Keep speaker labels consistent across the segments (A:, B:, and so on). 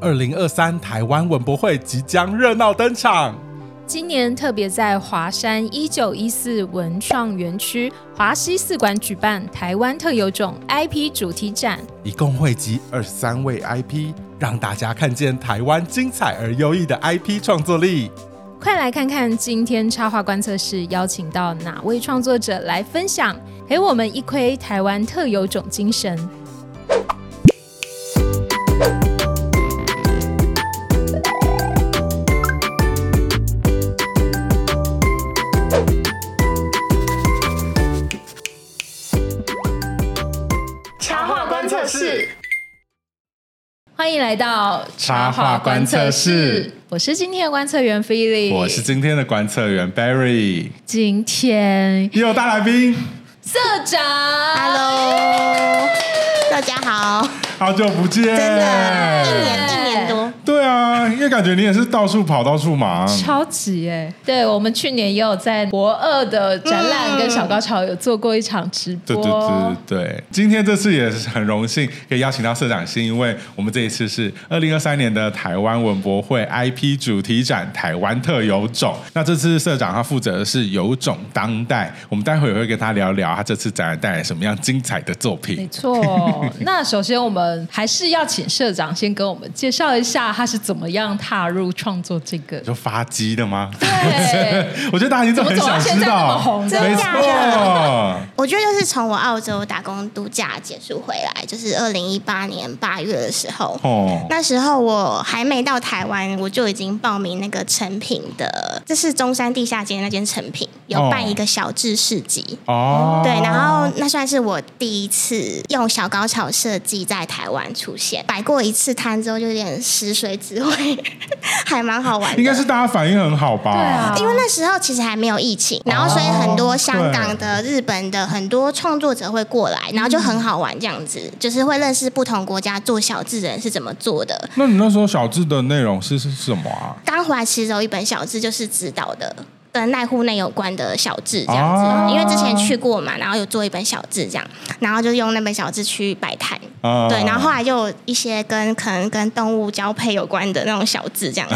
A: 二零二三台湾文博会即将热闹登场，
B: 今年特别在华山一九一四文创园区华西四馆举办台湾特有种 IP 主题展，
A: 一共汇集二十三位 IP，让大家看见台湾精彩而优异的 IP 创作力。
B: 快来看看今天插画观测室邀请到哪位创作者来分享，陪我们一窥台湾特有种精神。
C: 插画观测室，
B: 欢迎来到
A: 插画观测室，
B: 我是今天的观测员 Philly，
A: 我是今天的观测员 Barry，
B: 今天
A: 也有大来宾，
B: 社长。
C: Hello，大家好，
A: 好久不见，
C: 真的，一年一年多，
A: 对啊，因为感觉你也是到处跑到处忙，
B: 超级哎、对我们去年也有在博二的展览跟小高潮有做过一场直播，
A: 对对对对，今天这次也是很荣幸可以邀请到社长，是因为我们这一次是二零二三年的台湾文博会 IP 主题展“台湾特有种”。那这次社长他负责的是“有种当代”，我们待会儿会跟他聊聊他这次展览带来什么样精彩的作
B: 没
A: 品。
B: 错，那首先我们还是要请社长先跟我们介绍一下他是怎么样踏入创作这个
A: 你。说发鸡的吗？
B: 对，
A: 我觉得大家一定都很想知
B: 怎么走到现在那么
A: 道
B: 红，的
A: 没
C: 真的
A: 错。
C: 我觉得就是从我澳洲打工度假结束回来，就是二零一八年八月的时候，
A: 哦，
C: 那时候我还没到台湾，我就已经报名那个成品的，这是中山地下街那间成品有办一个小智市集。
B: 嗯
A: 哦，
C: 对，然后那算是我第一次用小高潮设计在台湾出现，摆过一次摊之后就有点食髓知味， 还蛮好玩的。
A: 应该是大家反应很好吧？
B: 对啊
C: 因为那时候其实还没有疫情，然后所以很多香港的、日本的很多创作者会过来，然后就很好玩这样子，就是会认识不同国家做小字人是怎么做的。
A: 那你那时候小智的内容是是什么啊？
C: 刚回来其实有一本小字就是指导的。跟奈户内有关的小字这样子，
A: 哦
C: 因为之前去过嘛，然后有做一本小字这样，然后就用那本小字去摆摊，
A: 啊
C: 对，然后后来就有一些跟可能跟动物交配有关的那种小字这样子，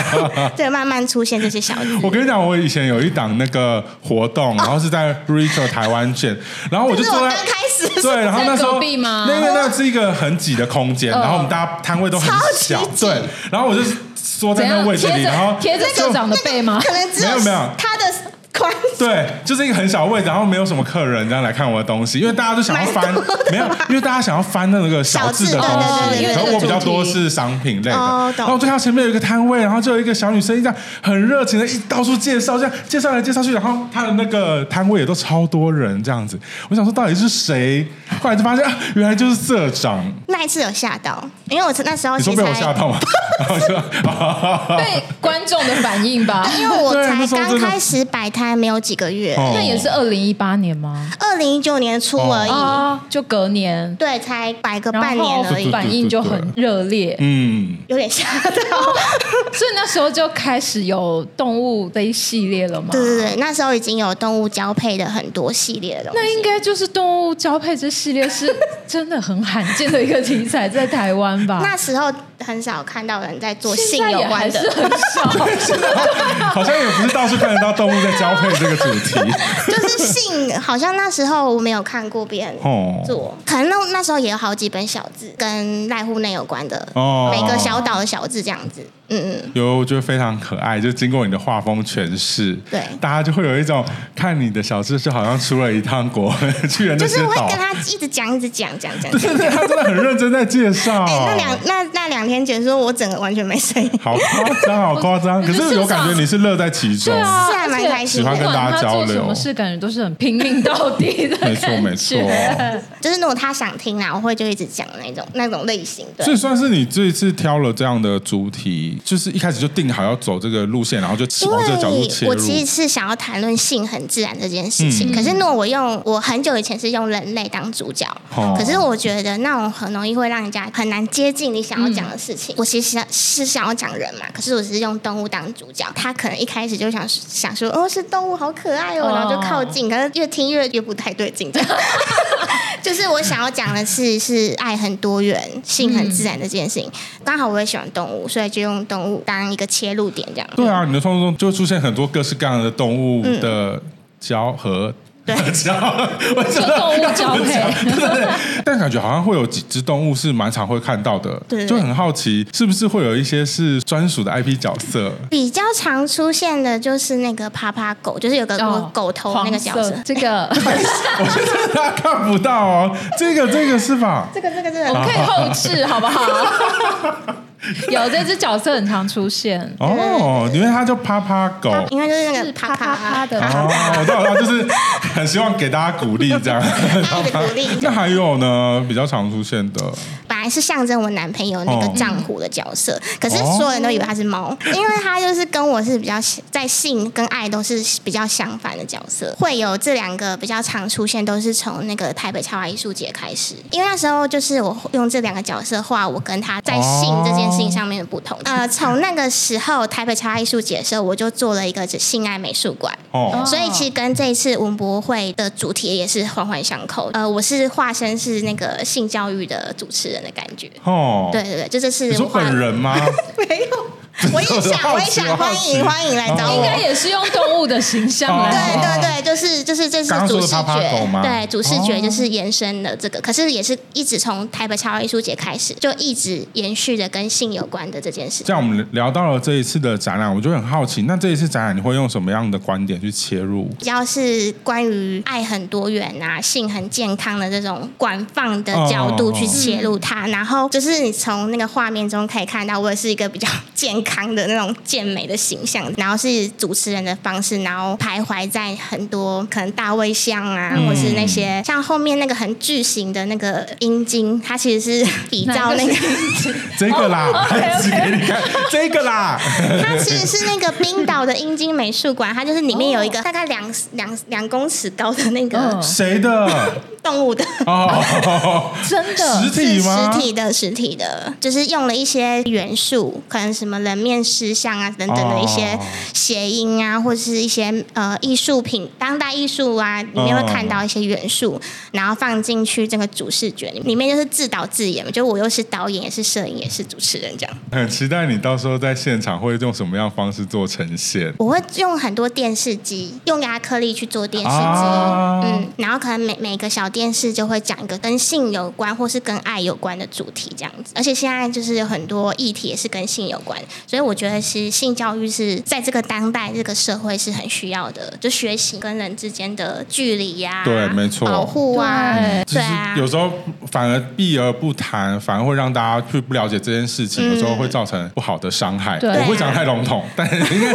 C: 对，慢慢出现这些小字。
A: 我跟你讲，我以前有一档那个活动，然后是在 Rachel 台湾 卷，然后我就
C: 这是我
A: 坐
C: 刚
A: 在。
C: 开始的时候
A: 对，然后那时
B: 在
A: 候
B: 隔壁吗
A: 那那那是一个很挤的空间，然后我们大家摊位都很小
C: 嗯超，级挤
A: 对，然后我就缩
B: 怎
A: 在那
B: 样
A: 位置里，
B: 贴
A: 然
B: 着
A: 后
B: 贴着社长的背吗？
C: 可能只
A: 没有没有
C: 他的宽。
A: 对，就是一个很小的位置，然后没有什么客人这样来看我的东西，因为大家都想要翻，没有，因为大家想要翻那个小字的东
B: 小字对对
A: 西，
B: 对
A: 然后
B: 对
A: 我比较
C: 主题
A: 多是商品类的。
C: 哦懂
A: 然后我就看到前面有一个摊位，然后就有一个小女生这样很热情的一到处介绍，这样介绍来介绍去，然后她的那个摊位也都超多人这样子。我想说到底是谁，后来就发现啊，原来就是社长。
C: 那一次有吓到，因为我那时候
A: 你
C: 哦其
A: 说
C: 实
A: 被
C: 才
A: 我吓到吗？然后就
B: 被观众的反应吧，
C: 因为我
A: 对那
C: 才
A: 时候
C: 刚
A: 真的
C: 开始摆摊没有几个月，
A: 哦
B: 那也是二零一八年吗？
C: 二零一九年初而已，
A: 哦
B: 啊，就隔年，
C: 对，才摆个哦半年而
A: 然
C: 已
A: 后，
B: 反应就很热烈，
A: 嗯，
C: 有点吓 到。
B: 所以那时候就开始有动物的一系列了嘛。
C: 对对对，那时候已经有动物交配的很多系列的东
B: 那
C: 西。
B: 应该就是动物交配这系列是真的很罕见的一个题材，在台湾吧？
C: 那时候很少看到人在做
B: 现
C: 性
B: 在
C: 有
B: 也还
C: 关
B: 是
C: 的，
B: 很 少，
A: 好像也不是到处看得到动物在交配这个主题
C: 就是性，好像那时候我没有看过别人
A: 哦。
C: 做，可能那那时候也有好几本小字跟濑户内有关的，
A: 哦
C: 每个小岛的小字这样子，嗯嗯，
A: 有，我觉得非常可爱。就经过你的画风诠释，
C: 对
A: 大家就会有一种看你的小智就好像出了一趟国，去了那
C: 就
A: 些
C: 是会
A: 岛
C: 跟。他一直讲，一直讲，讲讲
A: 对
C: 讲。
A: 对对，他真的很认真在介绍。
C: 哎、那两 那那两天结束，我整个完全没声音，
A: 好夸张，好夸张！可是我感觉你是乐在其中。
B: 对啊，
C: 是还蛮
B: 而且
C: 开心
A: 喜欢跟
C: 的。
B: 不管
A: 大家
B: 他
A: 交
B: 做
A: 流
B: 什么事，感觉都是很拼命到底的
A: 没错
B: 感觉
A: 没错
C: 就是如果他想听啊，我会就一直讲那种那种类型的
A: 所。以算是你这一次挑了这样的主题，就是一开始就定好要走这个路线，然后就
C: 因
A: 往这个角度
C: 为
A: 切入。嗯
C: 我其实是想要谈论性很自然这件事情，可是呢，我用我很久以前是用人类当主角，
A: 哦
C: 可是我觉得那种很容易会让人家很难接近你想要讲的事
A: 嗯
C: 情。我其实想是想要讲人嘛，可是我只是用动物当主角，他可能一开始就想想说哦是动物好可爱哦，
B: 哦
C: 然后就靠近，可是越听越越不太对劲，这样就是就是我想要讲的是，是爱很多元、性很自然的这件事情。刚好我也喜欢动物，所以就用动物当一个切入点，这样。
A: 对啊，你的创作中就会出现很多各式各样的动物的交合。
C: 嗯对
A: 交为 什么
B: 动物交配
A: 要这么讲对对对 但感觉好像会有几只动物是蛮常会看到的，
C: 对
A: 就很好奇是不是会有一些是专属的 IP 角色？
C: 比较常出现的就是那个趴趴狗，就是有个
B: 哦
C: 狗头那个角
B: 黄
C: 色
B: 色，这个
A: 我觉得大家看不到哦，这个这个是吧？
C: 这个这个这
B: 我
C: 个
B: 们可以后置，好不好？ 有这只角色很常出现，
A: 哦，因为它叫趴趴狗。
C: 因为就是那
B: 是
C: 个
B: 啪啪
C: 啪
B: 啪
C: 啪
B: 的
A: 哦，我知道，我知道，就是很希望给大家鼓励这 样。，
B: 哎
C: 爱的鼓励
A: 那还有呢，比较常出现的，
C: 本来是象征我男朋友那个丈夫的角色，可是所有人都以为他是猫，因为他就是跟我是比较在性跟爱都是比较相反的角色。会有这两个比较常出现，都是从那个台北插画艺术节开始，因为那时候就是我用这两个角色画我跟他在性这件事情上面的不同。呃，从那个时候台北插画艺术节的时候，我就做了一个性爱美术馆，
A: 哦，
C: 所以其实跟这一次文博会的主题也是环环相扣。呃，我是化身是那个性教育的主持人的感觉。
A: 哦，
C: 对，对对，就这次
A: 你说
C: 我画
A: 本人 吗？
C: 我也想，我也 想，欢迎欢迎来找
B: 应该
C: 我。
B: 也是用动物的形象
A: 哦
B: 来
C: 对
B: 形容。
C: 对对，就是就是这是
A: 刚刚说
C: 主
A: 的
C: 视
A: 趴趴狗
C: 觉
A: 吗，
C: 对主视
A: 哦
C: 觉就是延伸了这个，可是也是一直从台北插画艺术节开始，就一直延续的跟性有关的这件事
A: 这。样我们聊到了这一次的展览，我就很好奇，那这一次展览你会用什么样的观点去切入？
C: 比较是关于爱很多元啊、性很健康的这种广泛的角度去切入它，然后就是你从那个画面中可以看到，我也是一个比较健康的那种健美的形象，然后是主持人的方式，然后徘徊在很多可能大卫像啊，
A: 嗯
C: 或是那些像后面那个很巨型的那个阴茎，它其实是比较那
B: 哪
C: 个
B: 一，
A: 这个啦，
B: OK，OK
A: 指给你看，这个啦，
C: 它其实是那个冰岛的阴茎美术馆，它就是里面有一个大概两两两公尺高的那个
B: 嗯
A: 谁的？
C: 动物的。
A: 哦，
B: 真的
A: 实体吗？
C: 是实体的，实体的，就是用了一些元素，可能什么人面狮像啊等等的一些
A: 哦
C: 谐音啊，或是一些呃艺术品、当代艺术啊，里面会看到一些元素，然后放进去这个主视觉里面，里面就是自导自演嘛，就我又是导演，也是摄影，也是主持人这样。
A: 很期待你到时候在现场会用什么样的方式做呈现。
C: 我会用很多电视机，用亚克力去做电视机，
A: 啊
C: 嗯，然后可能每每个小电视就会讲一个跟性有关或是跟爱有关的主题这样子。而且现在就是有很多议题也是跟性有关，所以我觉得是性教育是在这个当代这个社会是很需要的，就学习跟人之间的距离呀、
A: 对没错
C: 保护啊，
B: 对
A: 就是
C: 啊，
A: 有时候反而避而不谈，反而会让大家去不了解这件事情，
C: 嗯
A: 有时候会造成不好的伤害。
B: 对
A: 我不会讲太笼统，但是因为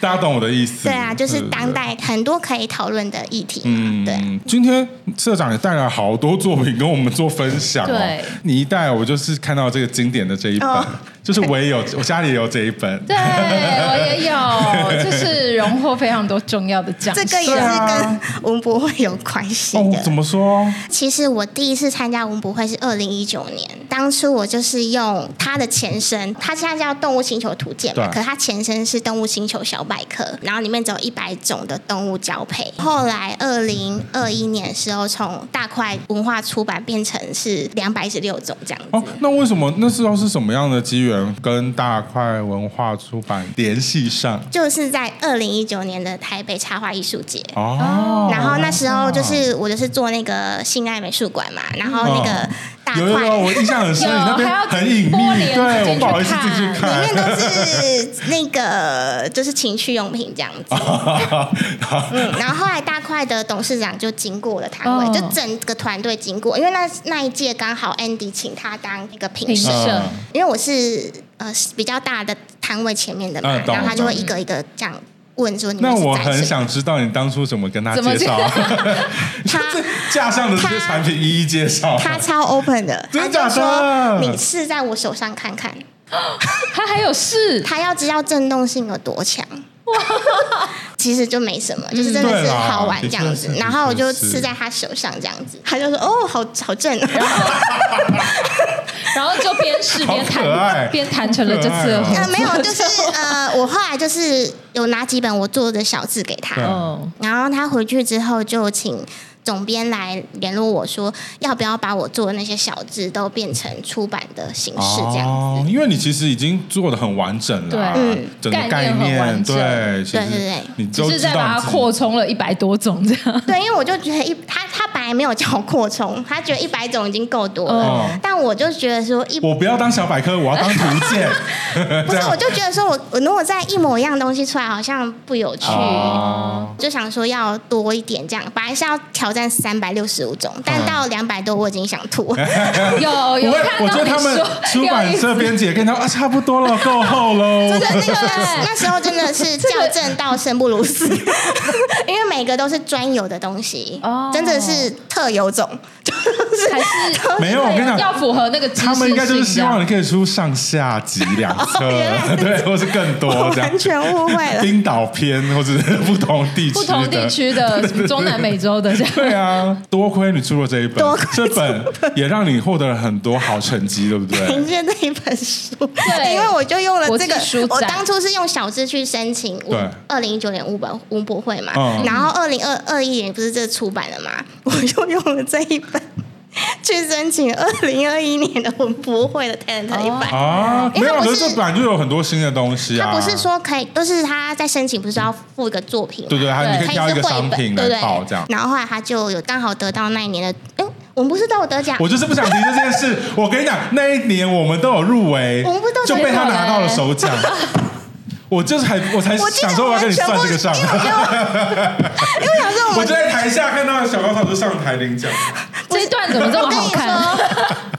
A: 大家懂我的意思。
C: 对啊，就是
A: 对
C: 当。代很多可以讨论的议题嘛，
A: 嗯，
C: 对。
A: 今天社长也带来好多作品跟我们做分享哦。
B: 对
A: 你一带我就是看到这个经典的这一本，
C: 哦
A: 就是我也有，我家里也有这一本。
B: 对，我 也有，就是荣获非常多重要的奖项。
C: 这个也
A: 对
C: 是
A: 啊
C: 跟文博会有关系的、
A: 哦，怎么说？
C: 其实我第一次参加文博会是二零一九年，当初我就是用它的前身，它现在叫动物星球图鉴嘛，
A: 对
C: 可它前身是动物星球小百科，然后里面只有一百种的动物交配。后来二零二一年的时候，从大块文化出版变成是两百一十六种这样子。
A: 哦，那为什么那时候是什么样的机缘跟大块文化出版联系上？
C: 就是在二零一九年的台北插画艺术节，
A: 哦，
C: 然后那时候就是我就是做那个性爱美术馆嘛，然后那个大
A: 哦有
C: 块、
A: 有有，我印象很深，
B: 有
A: 你那边很隐秘，
B: 还要玻璃
A: 对我
B: 进去
A: 不好意思进去
B: 看
A: 看
C: 里。面都是那个就是情趣用品这样 子。嗯，然后后来大块的董事长就经过了摊位，
B: 哦
C: 就整个团队经过，因为那那一届刚好 Andy 请他当一个评
B: 评
C: 审，
B: 审
A: 嗯
C: 因为我是呃比较大的摊位前面的嘛，
A: 嗯懂
C: 然后他就会一个一个这样问说你们
A: 那
C: 是
A: 我
C: 展什
A: 很
C: 么
A: 想知道你当初怎么跟他
B: 怎么
A: 介绍，
C: 他
A: 这架上的这些产品一一介绍。
C: 他超 open 的，
A: 真的
C: 他就
A: 假的
C: 说你试在我手上看看，
B: 他还有事，
C: 他要知道震动性有多强。其实就没什么，就是真的
A: 嗯对
C: 是
A: 啦
C: 好玩这样子
A: 的确。是
C: 然后我就
A: 的确是
C: 刺在他手上这样子，他就说：“哦，好好震、哦。
B: 然后就边试边
A: 好可爱
B: 谈，边谈成了这次的合
A: 好可爱哦
B: 作。
C: 呃”没 有，就是呃，我后来就是有拿几本我做的小字给他，
A: 对
B: 哦，
C: 然后他回去之后就请总编来联络我说，要不要把我做的那些小字都变成出版的形式这样
A: 哦
C: 子。，
A: 因为你其实已经做的很完整了啊，
B: 对
C: 嗯
A: 整个概
B: 概念很完整
A: 对，其实
C: 对对对
A: 你
B: 只
A: 就是知道
B: 在把
A: 你
B: 它
A: 自己
B: 扩充了一百多种这样。
C: 对，因为我就觉得一他他本来没有叫我扩充，他觉得一百种已经够多了，
A: 哦
C: 但我就觉得说一
A: 我不要当小百科，我要当图鉴。
C: 不
A: 啊
C: 是，我就觉得说我我如果再一模一样东西出来，好像不有趣。
A: 哦
C: 就想说要多一点这样，本来是要挑战三百六十五种，
A: 嗯
C: 但到两百多我已经想吐 了。
B: 有
A: 不
B: 有
A: 会，
B: 看
A: 我
B: 到
A: 觉得
B: 你
A: 他们
B: 说
A: 出 版
B: 有
A: 社编辑也跟他说啊，差不多了，够厚喽。
C: 那个
B: 对
C: 那时候真的是校正到生不如死，因为每个都是专有的东西，
B: 哦
C: 真的是特有种。
B: 还是
A: 没有，我跟你
B: 要
A: 讲，
B: 符合那个知识性
A: 他们应该就是希望你可以出上下集两册， 对，或是更多
C: 我
A: 哦这样
C: 哦 完。全误会了。
A: 冰岛篇，或者是不同地
B: 不
A: 区
B: 同地
A: 的。
B: 区 的什么中南美洲的这样。
A: 对啊，多亏你出了这一本
C: 多亏，
A: 这本也让你获得了很多好成绩，对不对
C: 凭？ 借这一本书，
B: 对
C: 因为我就用了这个
B: 国际书，展
C: 我当初是用小字去申请五
A: 对
C: 二零一九年五本文博会嘛，
A: 嗯
C: 然后二零二二一年不是这出版了嘛， 我就用了这一本 去申请二零二一年的文博会的 talent 一版。
B: 哦
A: 啊，
C: 因
A: 没
C: 为它
A: 有，
C: 不
A: 可
C: 是
A: 是这本来就有很多新的东西啊。
C: 他不是说可以，就是他在申请，不是要附一个作品嘛？
A: 对对，还有你可以
C: 可以
A: 挑一
C: 是
A: 个
C: 绘
A: 商
C: 本，
A: 品
C: 对不
A: 来报
C: 对？
A: 这样。
C: 然后后来他就有刚好得到那一年的，哎，我们不是都有得奖？
A: 我就是不想提这件事。我跟你讲，那一年我们都有入围，
C: 我们不都有
A: 就被他拿到了首 奖。我就是还我才
C: 我记
A: 想
C: 得
A: 说我要跟
C: 们
A: 你
C: 全部，
A: 算这个账，
C: 因为我觉得哎我，因为我想说我
A: 我
C: 们
A: 就在台下看到小高草就上台领奖，
B: 这一段怎么这
C: 我
B: 么
C: 跟
B: 好
C: 你
A: 哎
B: 看？
C: 说，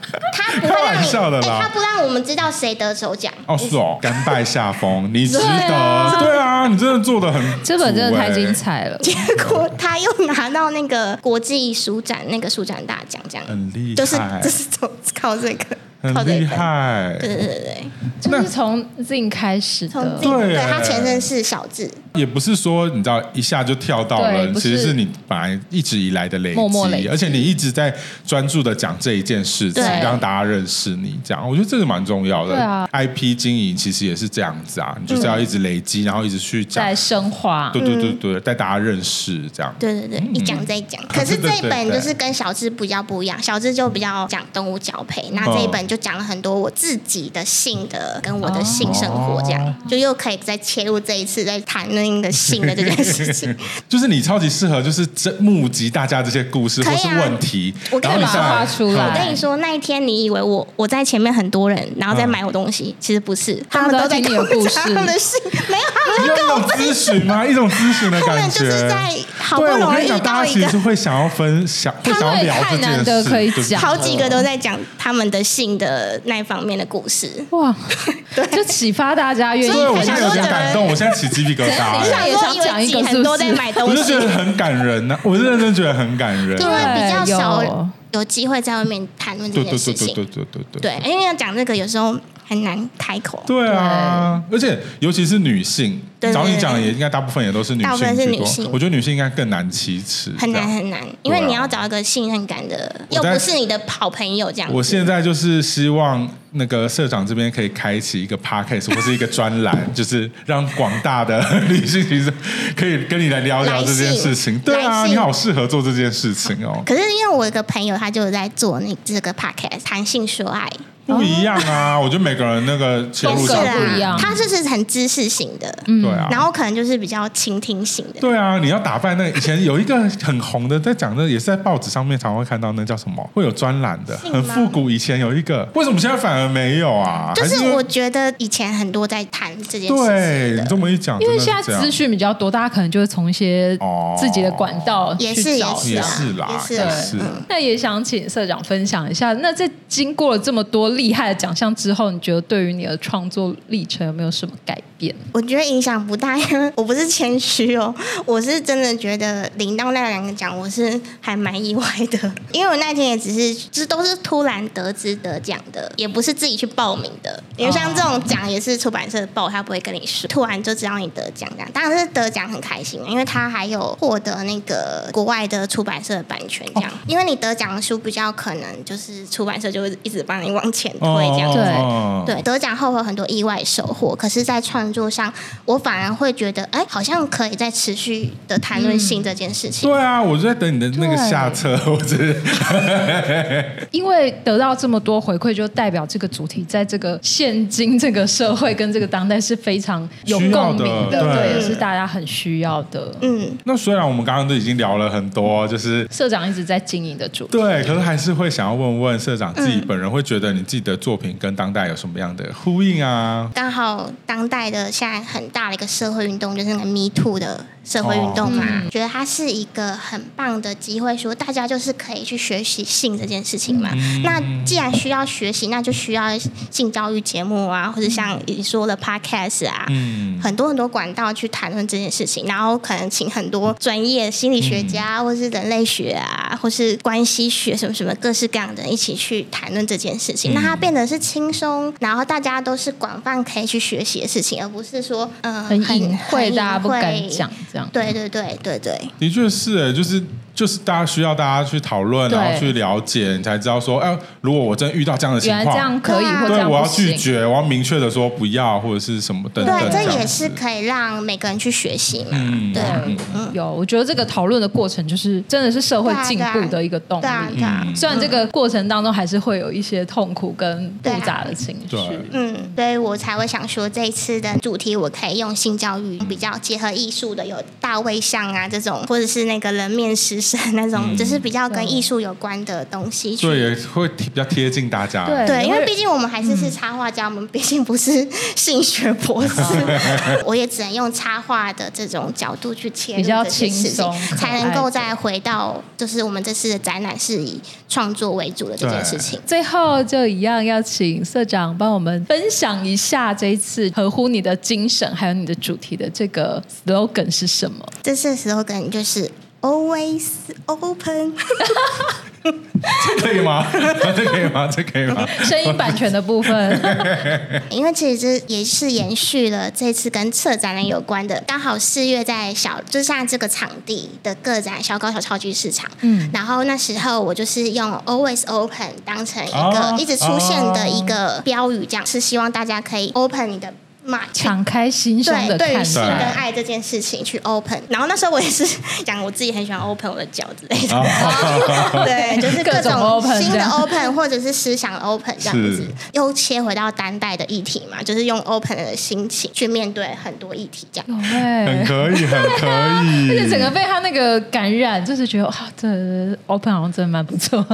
C: 他不会
A: 开
C: 让
A: 玩
C: 你，
A: 笑的啦
C: 哎他不让我们知道谁得首奖。
A: 哦是哦， 甘拜下风，你值
B: 对
A: 得
B: 啊，
A: 对啊，你真的做的很足欸，
B: 这本真的太精彩了，
C: 结果他又拿到那个国际书展那个书展大奖，这样
A: 很厉害
C: 就是就是从靠这个，靠
A: 很
C: 这
A: 厉
C: 个，
A: 害，
C: 对对对对，
B: 就是从 Zin 开始
C: 从
B: 的
C: 自。己
A: 对
C: 对他前身是小智，
A: 也不是说你知道一下就跳到了，
B: 对不是
A: 其实是你本来一直以来的累积，
B: 默默累积
A: 而且你一直在专注的讲这一件事情，
B: 对
A: 让大家认识你，这样我觉得这是蛮重要的。
B: 对啊嗯
A: IP 经营其实也是这样子啊，你就是要一直累积，然后一直去讲
B: 在，嗯深化，
A: 对对对对，带大家认识这样。
C: 对对对，一
A: 嗯
C: 讲再
A: 啊
C: 讲。可是这一本就是跟小智比较不一样，小智就比较讲动物交配，那这一
A: 哦
C: 本就讲了很多我自己的性的跟我的性生活，这
A: 哦
C: 样就又可以再切入这一次在谈论的性的这件事情。
A: 就是你超级适合，就是这募集大家这些故事
C: 可以
A: 或
C: 啊
A: 是问题，
C: 我可
A: 然
C: 以
A: 后你
C: 把它
A: 上来
B: 画出来
A: 好
C: 我跟你说，那一天你以为我我在前面很多人，然后在买我东西，其实不是，
B: 他
C: 他
B: 们
C: 们
B: 都
C: 都
B: 在
C: 在
B: 听你的故事
C: 他们的信，没有，他们
A: 有一种咨询吗？一种咨询的
C: 他
A: 感
C: 们就
A: 觉。
C: 是在好不
A: 对，我
C: 容
A: 跟你
C: 易遇
A: 讲，大
C: 到
A: 家
C: 一
A: 其实
C: 个。
A: 会想要分享，会想要聊这
B: 太难
A: 件
B: 得
A: 事，
B: 可以
A: 对不对
B: 讲
C: 好几个都在讲他们的性的那一方面的故事，
B: 哇，就启发大家愿意
A: 对，我
B: 分
A: 现在有
B: 享
A: 点
C: 想说
A: 感动，我现在起鸡皮疙瘩
B: 等一下
A: 欸，
C: 想
B: 也
C: 说
B: 想
C: 以
B: 讲
C: 为
B: 一个
C: 己
B: 是不
C: 很多
B: 是
C: 在买东
A: 我就
C: 西
A: 觉，得很感人啊呐，我是认真觉得很感人。
C: 因为比较
B: 对
C: 少
B: 有
C: 有机会在外面谈论这
A: 对
C: 件
A: 对
C: 事
A: 对
C: 情
A: 对。对对对对
C: 对，因为要讲这个有时候很难开口，
A: 对啊！而且尤其是女性，
C: 对对
A: 找你讲的
C: 对
A: 也应该大部分也都是女
C: 大部分
A: 性
C: 是
A: 居
C: 女
A: 多
C: 性。
A: 我觉得女性应该更难启齿，
C: 很
A: 这
C: 难
A: 样
C: 很难，因为
A: 对啊
C: 你要找一个信任感的，
A: 我
C: 又
A: 在
C: 不是你的好朋友这样子。
A: 啊我现在就是希望那个社长这边可以开启一个 podcast 或是一个专栏， 就是让广大的女性其实可以跟你来聊聊
C: 来
A: 这
C: 信
A: 件事情。对啊，
C: 来
A: 你
C: 信
A: 好适合做这件事情哦，
C: 可是因为我有一个朋友，他就有在做那这个 podcast 谈性说爱，
A: 不一样啊！我觉得每个人那个切入
B: 风格
A: 角
B: 不一
A: 度，
B: 样嗯
C: 他就是很知识型的，
A: 对啊。
C: 然后可能就是比较倾听型的。
A: 对啊，你要打败那以前有一个很红的，在讲的也是在报纸上面常会看到，那叫什么？会有专栏的，
C: 信
A: 很
C: 吗
A: 复古。以前有一个，为什么现在反而没有啊？
C: 就
A: 还
C: 是
A: 因为
C: 我觉得以前很多在谈这件事情
A: 对你
C: 的，
A: 这么一讲，
B: 因为
A: 真的
B: 现在
A: 是这样
B: 资讯比较多，大家可能就会从一些
A: 哦
B: 自己的管道
C: 也
B: 去
C: 是
B: 找
C: 也
B: 这
A: 也
B: 样
A: 是啦，
C: 也是
A: 也
C: 啊
A: 是。
B: 那也想请社长分享一下，那在经过了这么多厉害的奖项之后，你觉得对于你的创作历程有没有什么改 变？
C: 我觉得影响不大，因为我 不是谦虚哦，我是真的觉得领到那两个奖，我是还蛮意外的， 因为我那天也只是，这都是突然得知得奖的，也不是自己去报名的。因为像这种奖也是出版社报，他不会跟你说，突然就知道你得奖这样。当然是得奖很开心，啊因为他还有获得那个国外的出版社的版权这样，因为你得奖的书比较可能就是出版社就会一直帮你往前推这样子。
B: 对
A: 哦
C: 对，得奖后会有很多意外收获，可是，在创作上，我反而会觉得，哎，好像可以再持续的谈论性这件事
A: 嗯
C: 情。
A: 对啊，我就在等你的那个
B: 对
A: 下册，我只是
B: 因为得到这么多回馈，就代表这个主题在这个现今这个社会跟这个当代是非常有
A: 需要
B: 共
A: 的
B: 鸣的，
A: 对
B: 对，也是大家很需要的。
C: 嗯，
A: 那虽然我们刚刚都已经聊了很多，就是
B: 社长一直在经营的主题，
A: 对，可是还是会想要问问社长自己本人会觉得你自己的作品跟当代有什么样的呼应啊？
C: 刚好当代的现在很大的一个社会运动就是那个 Me Too 的社会运动嘛，
A: 哦
C: 啊
A: 嗯
C: 觉得它是一个很棒的机会，说大家就是可以去学习性这件事情嘛。
A: 嗯
C: 那既然需要学习，那就需要性教育节目啊，或者像你说的 Podcast 啊，
A: 嗯，
C: 很多很多管道去谈论这件事情，然后可能请很多专业的心理学家，或是人类学啊，或是关系学什么什么各式各样的人一起去谈论这件事情，
A: 嗯
C: 那它变得是轻松，然后大家都是广泛可以去学习的事情，而不是说
A: 啊
C: 嗯、呃、
B: 很隐晦，
C: 很
B: 大家不敢
C: 隐晦
B: 讲。这样。
C: 对对对对对，
A: 的确是、欸，就是就是大家需要大家去讨论，
B: 对
A: 然后去了解，你才知道说，哎、如果我真遇到这样的情
B: 原来这
A: 况，
B: 样可以，
C: 对啊
B: 或这
A: 对
B: 样
A: 我要
B: 不
A: 拒
B: 行。
A: 绝，我要明确的说不要或者是什么等等
C: 对，
A: 样
C: 这也
A: 子
C: 是可以让每个人去学习嘛。
A: 嗯
C: 对啊
B: 对，有，我觉得这个讨论的过程就是真的是社会
C: 对啊
B: 进步的一个动
C: 对啊
B: 力。
C: 对啊，
A: 嗯
B: 虽然这个过程当中还是会有一些痛苦跟复杂的情绪
A: 对，啊
C: 嗯，所以我才会想说这一次的主题，我可以用性教育比较结合艺术的，有大卫像啊这种，或者是那个人面狮身那种，
A: 嗯
C: 就是比较跟艺术有关的东西
A: 所以
C: 去。
A: 也会贴比较贴近大家。
B: 对
C: 对，因
B: 因为嗯
C: 为毕竟我们还是是插画家，我们毕竟不是性学 博士，我也只能用插画的这种角度去切入
B: 比较
C: 这些事
B: 轻松
C: 情，
B: 可爱
C: 才能够
B: 的
C: 再回到就是我们这次的展览是以创作为主的这件
A: 对
C: 事情。
B: 最后就一样要请社长帮我们分享一下这一次合乎你的精神还有你的主题的这个 slogan 是 什么？
C: 这次的时候可能就是 always open。
A: 可以吗？ 这可以吗？这可以 吗？
B: 声音版权的 部分，
C: 因为其实这也是延续了这次跟策展人有关的，刚好四月在小就是像这个场地的个展小高小超级市场，
B: 嗯，
C: 然后那时候我就是用 always open 当成一
A: 哦
B: 啊
C: 个一直出现的一个标语，这样是希望大家可以 open 你的 mind。
B: 敞开心胸
C: 对，
B: 啊的
C: 对于
B: 看
C: 性跟
B: 待。
C: 爱这件事情去 open，然后那时候我也是 讲我自己很喜欢 open 我的脚之类的，
A: 啊
B: 啊
C: 对，就是
B: 各
C: 各
B: 种 open
C: 新
B: 这
C: 的
B: 样
C: open 或者是思想 open 这样子
A: 是，
C: 又切回到当代的议题嘛，就是用 open 的心情去面对很多议题这样。
B: 有哎、
A: 很可以，很可以。
B: 而且整个被他那个感染，就是觉得哇，这 open 好像真的蛮不错。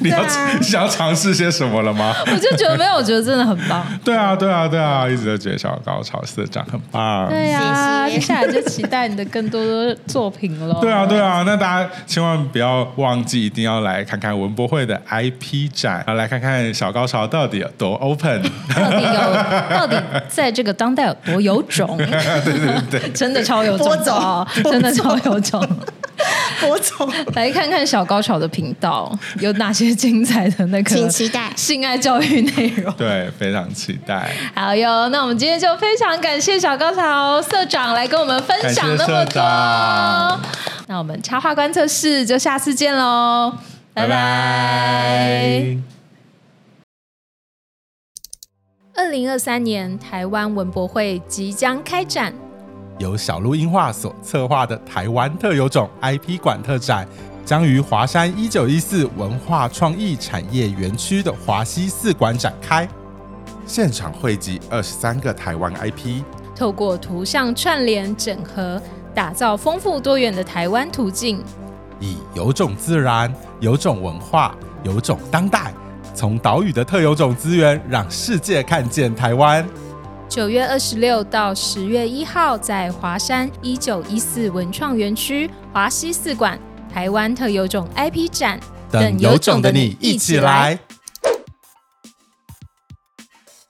A: 你要、
C: 对啊
A: 想要尝试些什么了吗？
B: 我就觉得没有，我觉得真的很棒。
A: 对啊，对啊，对啊，一直都觉得小高潮社长很棒。
B: 对呀、
C: 谢谢
B: 接下来就期待你的更多作品喽。
A: 对啊，对啊，那大家千万不要忘记，一定要来看看文博会的 IP 展，啊，来看看小高潮到底有多 open。
B: 到底有到底在这个当代有多有种？对对对，真的超有种
C: 播
B: 的哦，真的超有种。
C: 博总，
B: 来看看小高潮的频道有哪些精彩的那
C: 请
B: 个
C: 期待。
B: 性爱教育内容。
A: 对，非常期待。
B: 好哟，那我们今天就非常感谢小高潮社长来跟我们分享那
A: 感
B: 么
A: 谢社
B: 多
A: 长。
B: 那我们插画观测室就下次见喽，拜拜二零二三年台湾文博会即将开展，
A: 由小鹿音画所策划的台湾特有种 IP 馆特展，将于华山一九一四文化创意产业园区的华西四馆展开。现场汇集二十三个台湾 IP，
B: 透过图像串联整合，打造丰富多元的台湾途径。
A: 以有种自然、有种文化、有种当代，从岛屿的特有种资源，让世界看见台湾。
B: 九月二十六到十月一号，在华山一九一四文创园区华西四馆台湾特有种 IP 展，
A: 等有种的你一起来。